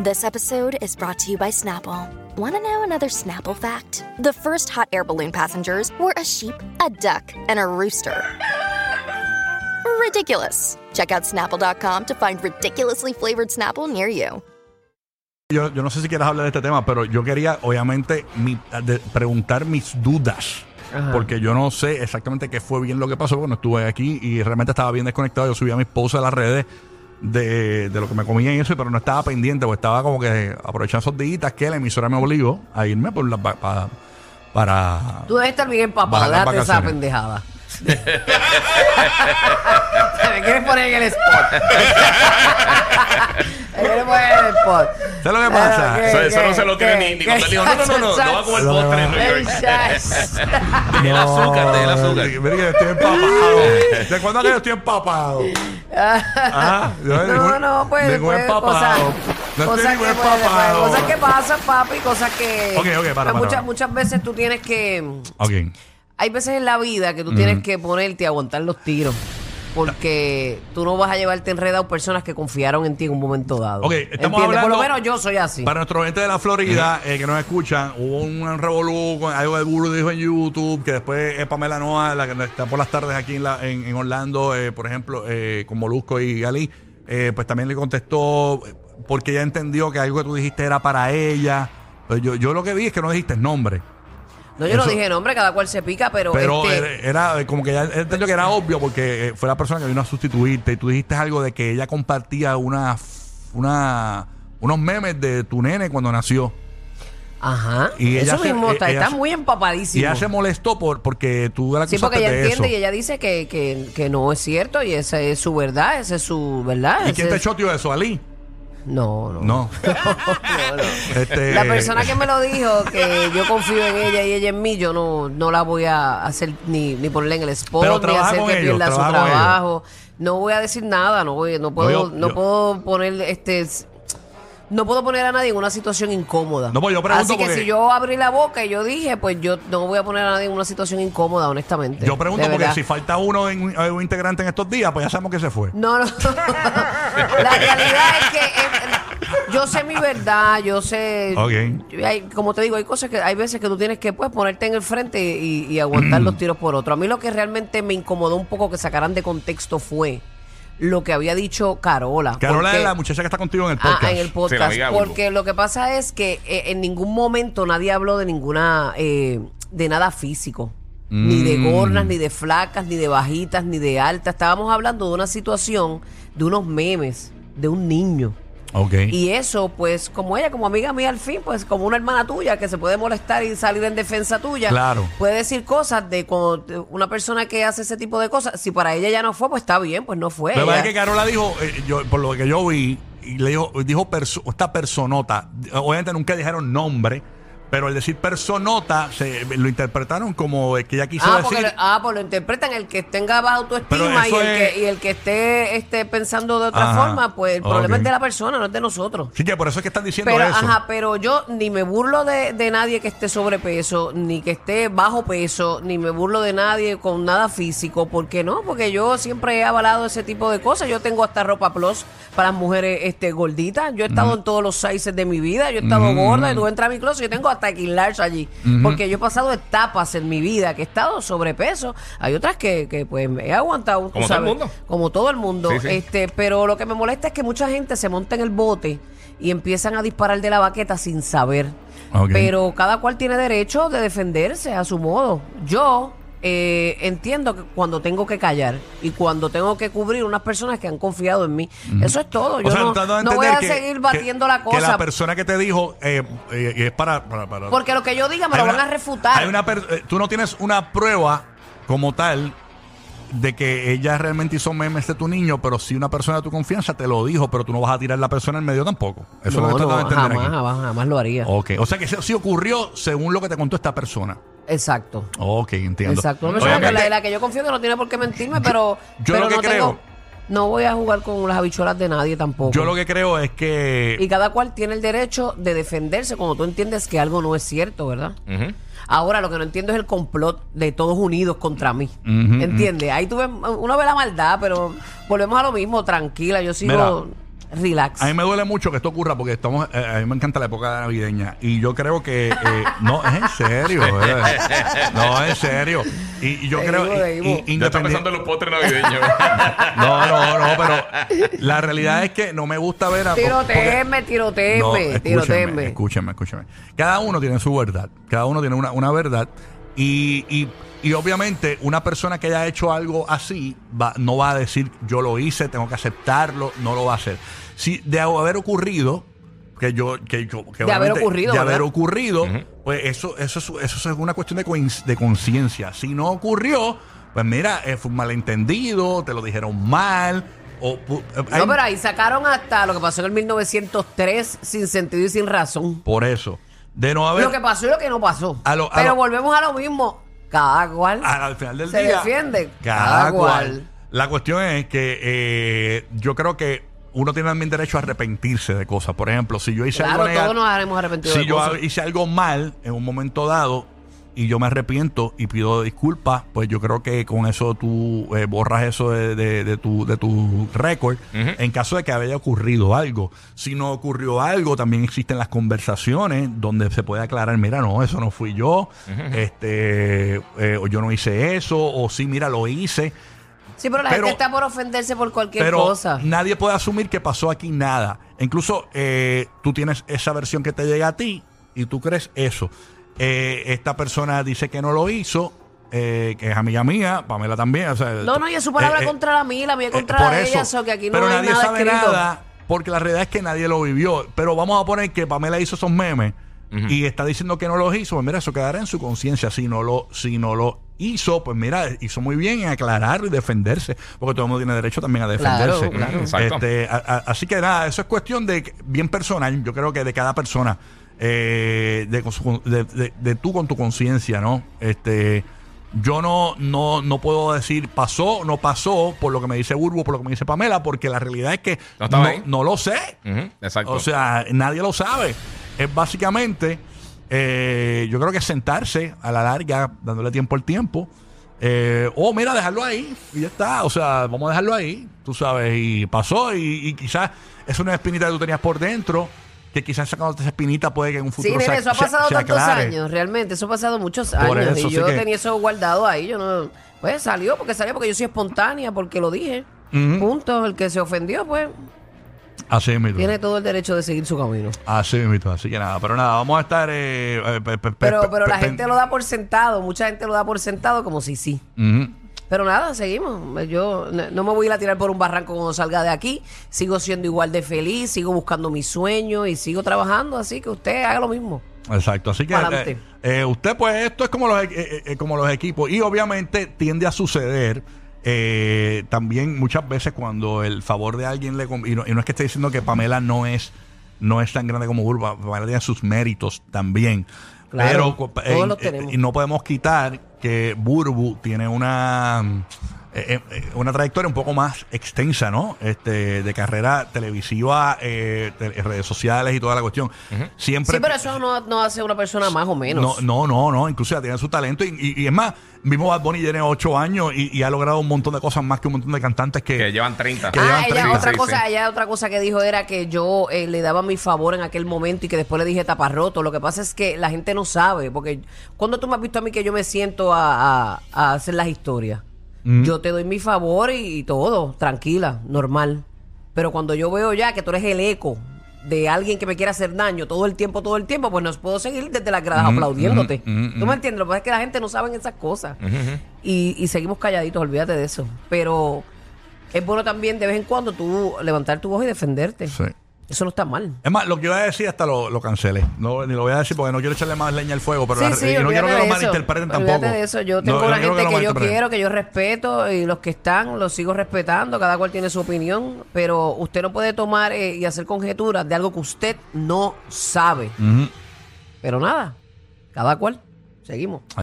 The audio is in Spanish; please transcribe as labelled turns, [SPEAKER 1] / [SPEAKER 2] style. [SPEAKER 1] This episode is brought to you by Snapple. Want to know another Snapple fact? The first hot air balloon passengers were a sheep, a duck, and a rooster. Ridiculous. Check out snapple.com to find ridiculously flavored Snapple near you.
[SPEAKER 2] Yo, yo no sé si quieres hablar de este tema, pero yo quería, obviamente, mi- de- preguntar mis dudas. Porque yo no sé exactamente qué fue bien lo que pasó, porque no estuve aquí y realmente estaba bien desconectado. Yo subí a mi esposa a las redes de, de lo que me comía y eso, pero no estaba pendiente, porque estaba como que aprovechando esos días que la emisora me obligó a irme por la, pa- pa- para...
[SPEAKER 3] Tú debes estar bien
[SPEAKER 2] Bajar
[SPEAKER 3] empapado,
[SPEAKER 2] las
[SPEAKER 3] déjate esa
[SPEAKER 2] vacaciones.
[SPEAKER 3] pendejada. Te me quieres poner en el spot. Te quieres poner en el spot.
[SPEAKER 2] ¿Sabes lo que pasa?
[SPEAKER 3] Pero,
[SPEAKER 2] O
[SPEAKER 3] ¿qué,
[SPEAKER 4] sea, eso no
[SPEAKER 3] qué,
[SPEAKER 4] se lo tiene
[SPEAKER 3] qué,
[SPEAKER 4] ni- ni cuando
[SPEAKER 3] qué?
[SPEAKER 4] él dijo, no, no, no, no, no va a comer postre en New
[SPEAKER 3] El
[SPEAKER 4] York.
[SPEAKER 3] chas.
[SPEAKER 4] El azúcar, el azúcar.
[SPEAKER 2] Mira que yo estoy empapado. ¿De cuándo que yo estoy empapado? Ah, yo de
[SPEAKER 3] No,
[SPEAKER 2] ningún-
[SPEAKER 3] no, pues.
[SPEAKER 2] ningún
[SPEAKER 3] pues, cosas-
[SPEAKER 2] empapado. No estoy
[SPEAKER 3] Cosas
[SPEAKER 2] ningún
[SPEAKER 3] que, pueden-
[SPEAKER 2] empapado.
[SPEAKER 3] cosas que pasan, papi, cosas que.
[SPEAKER 2] Ok, ok, para,
[SPEAKER 3] pues,
[SPEAKER 2] para,
[SPEAKER 3] muchas,
[SPEAKER 2] para.
[SPEAKER 3] muchas veces tú tienes que.
[SPEAKER 2] Ok.
[SPEAKER 3] Hay veces en la vida que tú tienes que ponerte a aguantar los tiros. Porque tú no vas a llevarte enredado personas que confiaron en ti en un momento dado.
[SPEAKER 2] Ok, estamos
[SPEAKER 3] ¿Entiendes? Por
[SPEAKER 2] hablando-
[SPEAKER 3] lo menos yo soy así.
[SPEAKER 2] Para nuestros gente de la Florida eh, que nos escuchan, hubo un revolú, con algo de burro dijo en YouTube, que después eh, Pamela Noa, la que está por las tardes aquí en, la- en- en Orlando, eh, por ejemplo, eh, con Molusco y Gali, eh, pues también le contestó eh, porque ella entendió que algo que tú dijiste era para ella. Pero yo, yo lo que vi es que no dijiste nombre,
[SPEAKER 3] no, yo
[SPEAKER 2] eso-
[SPEAKER 3] no dije nombre, cada cual se pica, pero,
[SPEAKER 2] pero
[SPEAKER 3] este,
[SPEAKER 2] era, era, eh, como que ella entendió que era obvio porque eh, fue la persona que vino a sustituirte y tú dijiste algo de que ella compartía una, f- una, unos memes de tu nene cuando nació.
[SPEAKER 3] Ajá.
[SPEAKER 2] y ella
[SPEAKER 3] eso
[SPEAKER 2] se-
[SPEAKER 3] mismo, está,
[SPEAKER 2] ella
[SPEAKER 3] está
[SPEAKER 2] se-
[SPEAKER 3] muy
[SPEAKER 2] Y
[SPEAKER 3] empapadísimo.
[SPEAKER 2] ella se molestó por, porque tú la
[SPEAKER 3] Sí,
[SPEAKER 2] acusaste
[SPEAKER 3] porque ella
[SPEAKER 2] de
[SPEAKER 3] entiende y
[SPEAKER 2] eso.
[SPEAKER 3] ella dice que, que, que no es cierto y esa es su verdad, esa es su verdad.
[SPEAKER 2] ¿Y
[SPEAKER 3] ese
[SPEAKER 2] quién te
[SPEAKER 3] es-
[SPEAKER 2] choteó eso, Ali?
[SPEAKER 3] No, no.
[SPEAKER 2] No.
[SPEAKER 3] No, no.
[SPEAKER 2] Este,
[SPEAKER 3] La persona que me lo dijo, que yo confío en ella y ella en mí, yo no, no la voy a hacer ni, ni ponerle en el spot,
[SPEAKER 2] Pero
[SPEAKER 3] ni
[SPEAKER 2] trabaja
[SPEAKER 3] hacer
[SPEAKER 2] con
[SPEAKER 3] que
[SPEAKER 2] ellos,
[SPEAKER 3] pierda su
[SPEAKER 2] trabaja con
[SPEAKER 3] trabajo. No voy a decir nada, no voy, no puedo,
[SPEAKER 2] yo-
[SPEAKER 3] no,
[SPEAKER 2] yo-
[SPEAKER 3] puedo poner este s- no puedo poner a nadie en una situación incómoda.
[SPEAKER 2] No, pues yo pregunto
[SPEAKER 3] Así que
[SPEAKER 2] porque-
[SPEAKER 3] si yo abrí la boca y yo dije, pues yo no voy a poner a nadie en una situación incómoda, honestamente.
[SPEAKER 2] Yo pregunto
[SPEAKER 3] De
[SPEAKER 2] porque
[SPEAKER 3] verdad.
[SPEAKER 2] si falta uno en eh, un integrante en estos días, pues ya sabemos que se fue.
[SPEAKER 3] No, no. la realidad es que eh, yo sé mi verdad, yo sé.
[SPEAKER 2] Ok.
[SPEAKER 3] yo- hay- como te digo, hay cosas que hay veces que tú tienes que pues ponerte en el frente y, y aguantar
[SPEAKER 2] Mm.
[SPEAKER 3] los tiros por otro. A mí lo que realmente me incomodó un poco que sacaran de contexto fue lo que había dicho Carola.
[SPEAKER 2] Carola
[SPEAKER 3] porque-
[SPEAKER 2] es la muchacha que está contigo en el
[SPEAKER 3] Ah,
[SPEAKER 2] podcast.
[SPEAKER 3] en el
[SPEAKER 4] Sí, la
[SPEAKER 3] podcast.
[SPEAKER 4] amiga Bulbo.
[SPEAKER 3] porque lo que pasa es que eh, en ningún momento nadie habló de ninguna, eh, de nada físico. Ni de
[SPEAKER 2] Mm.
[SPEAKER 3] gordas, ni de flacas, ni de bajitas, ni de altas. Estábamos hablando de una situación, de unos memes, de un niño.
[SPEAKER 2] Ok.
[SPEAKER 3] Y eso, pues, como ella, como amiga mía al fin, pues, como una hermana tuya que se puede molestar y salir en defensa tuya.
[SPEAKER 2] Claro.
[SPEAKER 3] Puede decir cosas de cuando te- una persona que hace ese tipo de cosas, si para ella ya no fue, pues está bien, pues no fue.
[SPEAKER 2] Lo que pasa es
[SPEAKER 3] Ella-
[SPEAKER 2] que Carola dijo, eh, yo, por lo que yo vi, y le dijo, dijo perso- esta personota. Obviamente nunca dijeron nombre, pero el decir personota se, lo interpretaron como que ella quiso
[SPEAKER 3] Ah, porque
[SPEAKER 2] decir.
[SPEAKER 3] lo- ah, pues lo interpretan el que tenga baja
[SPEAKER 2] Pero
[SPEAKER 3] autoestima y
[SPEAKER 2] eso
[SPEAKER 3] el,
[SPEAKER 2] es-
[SPEAKER 3] que, y el que esté, esté pensando de otra
[SPEAKER 2] Ajá,
[SPEAKER 3] forma, pues el problema
[SPEAKER 2] ok.
[SPEAKER 3] es de la persona, no es de nosotros.
[SPEAKER 2] Así que por eso es que están diciendo
[SPEAKER 3] Pero,
[SPEAKER 2] eso.
[SPEAKER 3] ajá, pero yo ni me burlo de, de nadie que esté sobrepeso, ni que esté bajo peso, ni me burlo de nadie con nada físico. ¿Por qué no? Porque yo siempre he avalado ese tipo de cosas. Yo tengo hasta ropa plus para las mujeres este, gorditas. Yo he estado en todos los sizes de mi vida. Yo he estado gorda y tú entras a mi closet. Yo tengo hasta King Large allí. Porque yo he pasado etapas en mi vida que he estado sobrepeso. Hay otras que, que pues he aguantado. tú
[SPEAKER 4] Como todo el
[SPEAKER 3] sabes,
[SPEAKER 4] mundo.
[SPEAKER 3] Como todo el mundo.
[SPEAKER 4] Sí, sí.
[SPEAKER 3] Este, este, pero lo que me molesta es que mucha gente se monta en el bote y empiezan a disparar de la baqueta sin saber.
[SPEAKER 2] Ok.
[SPEAKER 3] Pero cada cual tiene derecho de defenderse a su modo. Yo eh, entiendo que cuando tengo que callar y cuando tengo que cubrir unas personas que han confiado en mí. Eso es todo. Yo
[SPEAKER 2] O sea,
[SPEAKER 3] no,
[SPEAKER 2] tú estás dando
[SPEAKER 3] no voy a
[SPEAKER 2] entender que-
[SPEAKER 3] seguir
[SPEAKER 2] que-
[SPEAKER 3] batiendo la cosa.
[SPEAKER 2] Que la persona que te dijo eh, eh, y es para, para- para-
[SPEAKER 3] porque lo que yo diga me
[SPEAKER 2] Hay
[SPEAKER 3] lo
[SPEAKER 2] una-
[SPEAKER 3] van a refutar.
[SPEAKER 2] hay una per- eh, tú no tienes una prueba como tal de que ella realmente hizo memes de tu niño, pero si una persona de tu confianza te lo dijo, pero tú no vas a tirar la persona en medio tampoco. Eso
[SPEAKER 3] no,
[SPEAKER 2] es lo que
[SPEAKER 3] no,
[SPEAKER 2] trataba de entender
[SPEAKER 3] jamás,
[SPEAKER 2] aquí. Oh.
[SPEAKER 3] jamás, jamás lo haría.
[SPEAKER 2] Ok, o sea que eso sí ocurrió según lo que te contó esta persona.
[SPEAKER 3] Exacto.
[SPEAKER 2] Ok, entiendo.
[SPEAKER 3] Exacto. Una persona que
[SPEAKER 2] Obviamente-
[SPEAKER 3] la, la que yo confío que no tiene por qué mentirme, pero,
[SPEAKER 2] yo
[SPEAKER 3] pero
[SPEAKER 2] lo que
[SPEAKER 3] no
[SPEAKER 2] creo-
[SPEAKER 3] no voy a jugar con las habichuelas de nadie tampoco.
[SPEAKER 2] yo lo que creo es que...
[SPEAKER 3] Y cada cual tiene el derecho de defenderse cuando tú entiendes que algo no es cierto, ¿verdad? Ahora, lo que no entiendo es el complot de todos unidos contra mí. ¿Entiendes? Ahí tuve, uno ve la maldad, pero volvemos a lo mismo, tranquila, yo sigo...
[SPEAKER 2] Mira,
[SPEAKER 3] relax.
[SPEAKER 2] A mí me duele mucho que esto ocurra porque estamos, eh, a mí me encanta la época navideña y yo creo que eh, no es en serio, eh. no es en serio y, y yo
[SPEAKER 3] Te
[SPEAKER 2] creo
[SPEAKER 3] digo, te
[SPEAKER 2] y-
[SPEAKER 3] digo.
[SPEAKER 2] y-
[SPEAKER 3] Ya
[SPEAKER 4] Ya está
[SPEAKER 2] independi-
[SPEAKER 4] pensando en los postres navideños.
[SPEAKER 2] no no no pero la realidad es que no me gusta ver a porque-
[SPEAKER 3] Tiroteme,
[SPEAKER 2] no,
[SPEAKER 3] tiroteme,
[SPEAKER 2] escúchame,
[SPEAKER 3] tiroteme.
[SPEAKER 2] escúchame, escúchame. Cada uno tiene su verdad. Cada uno tiene una, una verdad. Y, y- y obviamente una persona que haya hecho algo así va- no va a decir yo lo hice, tengo que aceptarlo, no lo va a hacer. Si de haber ocurrido, que yo... Que, yo- que
[SPEAKER 3] De haber
[SPEAKER 2] obviamente-
[SPEAKER 3] ocurrido,
[SPEAKER 2] De
[SPEAKER 3] ¿verdad?
[SPEAKER 2] haber ocurrido, pues eso, eso, es- eso es una cuestión de coinc- de conciencia. Si no ocurrió, pues mira, eh, fue un malentendido, te lo dijeron mal. O, pu- eh, hay-
[SPEAKER 3] No, pero ahí sacaron hasta lo que pasó en el 1903 sin sentido y sin razón.
[SPEAKER 2] Por eso. De no haber...
[SPEAKER 3] Lo que pasó y lo que no pasó.
[SPEAKER 2] A lo- a
[SPEAKER 3] pero
[SPEAKER 2] lo-
[SPEAKER 3] volvemos a lo mismo. Cada cual.
[SPEAKER 2] al, al final del
[SPEAKER 3] Se
[SPEAKER 2] día.
[SPEAKER 3] defiende.
[SPEAKER 2] Cada
[SPEAKER 3] Cada
[SPEAKER 2] cual.
[SPEAKER 3] cual.
[SPEAKER 2] La cuestión es que eh, yo creo que uno tiene también derecho a arrepentirse de cosas. Por ejemplo, si yo hice
[SPEAKER 3] claro,
[SPEAKER 2] algo nega-
[SPEAKER 3] todos nos haremos arrepentido
[SPEAKER 2] si
[SPEAKER 3] de
[SPEAKER 2] yo
[SPEAKER 3] cosas.
[SPEAKER 2] hice algo mal en un momento dado y yo me arrepiento y pido disculpas, pues yo creo que con eso tú eh, borras eso de, de- de tu, de tu récord en caso de que haya ocurrido algo. Si no ocurrió algo, también existen las conversaciones donde se puede aclarar, mira, no, eso no fui yo, este, eh, o yo no hice eso, o sí, mira, lo hice
[SPEAKER 3] Sí, pero la
[SPEAKER 2] pero-
[SPEAKER 3] gente está por ofenderse por cualquier
[SPEAKER 2] pero
[SPEAKER 3] cosa.
[SPEAKER 2] nadie puede asumir que pasó aquí nada. Incluso eh, tú tienes esa versión que te llega a ti y tú crees eso. Eh, esta persona dice que no lo hizo, eh, que es amiga mía, Pamela también. o sea,
[SPEAKER 3] No, no, y es su palabra
[SPEAKER 2] eh, eh,
[SPEAKER 3] contra la mía, la mía
[SPEAKER 2] eh,
[SPEAKER 3] contra
[SPEAKER 2] por
[SPEAKER 3] la de
[SPEAKER 2] eso.
[SPEAKER 3] ella, so que aquí no
[SPEAKER 2] Pero
[SPEAKER 3] hay
[SPEAKER 2] nadie
[SPEAKER 3] nada
[SPEAKER 2] sabe
[SPEAKER 3] escrito.
[SPEAKER 2] nada, porque la realidad es que nadie lo vivió. Pero vamos a poner que Pamela hizo esos memes y está diciendo que no los hizo. Pues mira, eso quedará en su conciencia. Si no lo, si no lo hizo, pues mira, hizo muy bien en aclararlo y defenderse. Porque todo el mundo tiene derecho también a defenderse.
[SPEAKER 3] Claro,
[SPEAKER 4] claro. Exacto.
[SPEAKER 2] Este, a- a- así que nada, eso es cuestión de que- bien personal, yo creo que de cada persona. eh, de, con su- de- de- de tú con tu conciencia, ¿no? Este. Yo no, no, no puedo decir pasó o no pasó por lo que me dice Burbu, por lo que me dice Pamela, porque la realidad es que
[SPEAKER 4] No estaba ahí. Mm.
[SPEAKER 2] no lo sé.
[SPEAKER 4] Ujú, Exacto.
[SPEAKER 2] O sea, nadie lo sabe. Es básicamente, eh, yo creo que sentarse a la larga, dándole tiempo al tiempo. eh, o mira, dejarlo ahí y ya está. O sea, vamos a dejarlo ahí, tú sabes. Y pasó y, y quizás es una espinita que tú tenías por dentro, que quizás sacándote esa espinita puede que en un
[SPEAKER 3] Sí,
[SPEAKER 2] futuro
[SPEAKER 3] nene,
[SPEAKER 2] se,
[SPEAKER 3] eso ha
[SPEAKER 2] se-
[SPEAKER 3] pasado
[SPEAKER 2] se
[SPEAKER 3] tantos
[SPEAKER 2] aclare.
[SPEAKER 3] años, realmente, eso ha pasado muchos
[SPEAKER 2] Por
[SPEAKER 3] años.
[SPEAKER 2] eso,
[SPEAKER 3] y
[SPEAKER 2] así
[SPEAKER 3] yo
[SPEAKER 2] que-
[SPEAKER 3] tenía eso guardado ahí, yo no... Pues salió, porque salió, porque yo soy espontánea, porque lo dije. Punto, el que se ofendió, pues,
[SPEAKER 2] Así es, mi tú.
[SPEAKER 3] tiene todo el derecho de seguir su camino.
[SPEAKER 2] Así es, mi tú. Así que nada, pero nada, vamos a estar. eh, eh, pe- pe- pe-
[SPEAKER 3] Pero, pero
[SPEAKER 2] pe-
[SPEAKER 3] la
[SPEAKER 2] pe-
[SPEAKER 3] gente lo da por sentado, mucha gente lo da por sentado como si sí.
[SPEAKER 2] Ujú.
[SPEAKER 3] Pero nada, seguimos. Yo no no me voy a ir a tirar por un barranco cuando salga de aquí. Sigo siendo igual de feliz, sigo buscando mis sueños y sigo trabajando, así que usted haga lo mismo.
[SPEAKER 2] Exacto, así que
[SPEAKER 3] Pa'lante.
[SPEAKER 2] eh, eh, usted pues esto es como los, e- eh, eh, como los equipos y obviamente tiende a suceder eh, también muchas veces cuando el favor de alguien le... con- Y no, y no es que esté diciendo que Pamela no es, no es tan grande como Urba, Pamela tiene sus méritos también.
[SPEAKER 3] Claro,
[SPEAKER 2] Pero,
[SPEAKER 3] todos
[SPEAKER 2] eh,
[SPEAKER 3] los
[SPEAKER 2] eh,
[SPEAKER 3] tenemos.
[SPEAKER 2] y no podemos quitar que Burbu tiene una mm, eh, eh, una trayectoria un poco más extensa, ¿no? Este, de carrera televisiva, eh, tele- redes sociales y toda la cuestión. Siempre
[SPEAKER 3] Sí, pero eso no, no hace una persona más o menos.
[SPEAKER 2] no, no, no, no. Incluso ya tiene su talento. Y, y- y es más, mismo Bad Bunny tiene ocho años y, y ha logrado un montón de cosas más que un montón de cantantes que.
[SPEAKER 4] que llevan 30.
[SPEAKER 2] que
[SPEAKER 3] ah,
[SPEAKER 2] llevan
[SPEAKER 3] ella
[SPEAKER 2] 30,
[SPEAKER 3] otra,
[SPEAKER 4] sí,
[SPEAKER 3] cosa,
[SPEAKER 4] sí.
[SPEAKER 3] ella otra cosa que dijo era que yo eh, le daba mi favor en aquel momento y que después le dije taparroto. Lo que pasa es que la gente no sabe, porque cuando tú me has visto a mí que yo me siento a, a- a hacer las historias,
[SPEAKER 2] Mm.
[SPEAKER 3] yo te doy mi favor y, y todo, tranquila, normal. Pero cuando yo veo ya que tú eres el eco de alguien que me quiere hacer daño todo el tiempo, todo el tiempo, pues no puedo seguir desde las
[SPEAKER 2] Mm,
[SPEAKER 3] gradas aplaudiéndote. ¿Tú me entiendes? Lo que pasa es que la gente no sabe esas cosas. y, y seguimos calladitos, olvídate de eso. Pero es bueno también de vez en cuando tú levantar tu voz y defenderte.
[SPEAKER 2] Sí.
[SPEAKER 3] Eso no está mal.
[SPEAKER 2] Es más, lo que iba a decir hasta lo, lo cancelé. No, ni lo voy a decir porque no quiero echarle más leña al fuego, pero la- y no
[SPEAKER 3] olvídate
[SPEAKER 2] quiero que lo
[SPEAKER 3] de eso.
[SPEAKER 2] malinterpreten
[SPEAKER 3] Olvídate
[SPEAKER 2] tampoco.
[SPEAKER 3] de eso. Yo
[SPEAKER 2] No,
[SPEAKER 3] tengo
[SPEAKER 2] no
[SPEAKER 3] una
[SPEAKER 2] quiero que
[SPEAKER 3] gente
[SPEAKER 2] lo
[SPEAKER 3] que, yo
[SPEAKER 2] malinterpreten.
[SPEAKER 3] quiero, que yo respeto y los que están los sigo respetando. Cada cual tiene su opinión, pero usted no puede tomar eh, y hacer conjeturas de algo que usted no sabe. Pero nada, cada cual. Seguimos.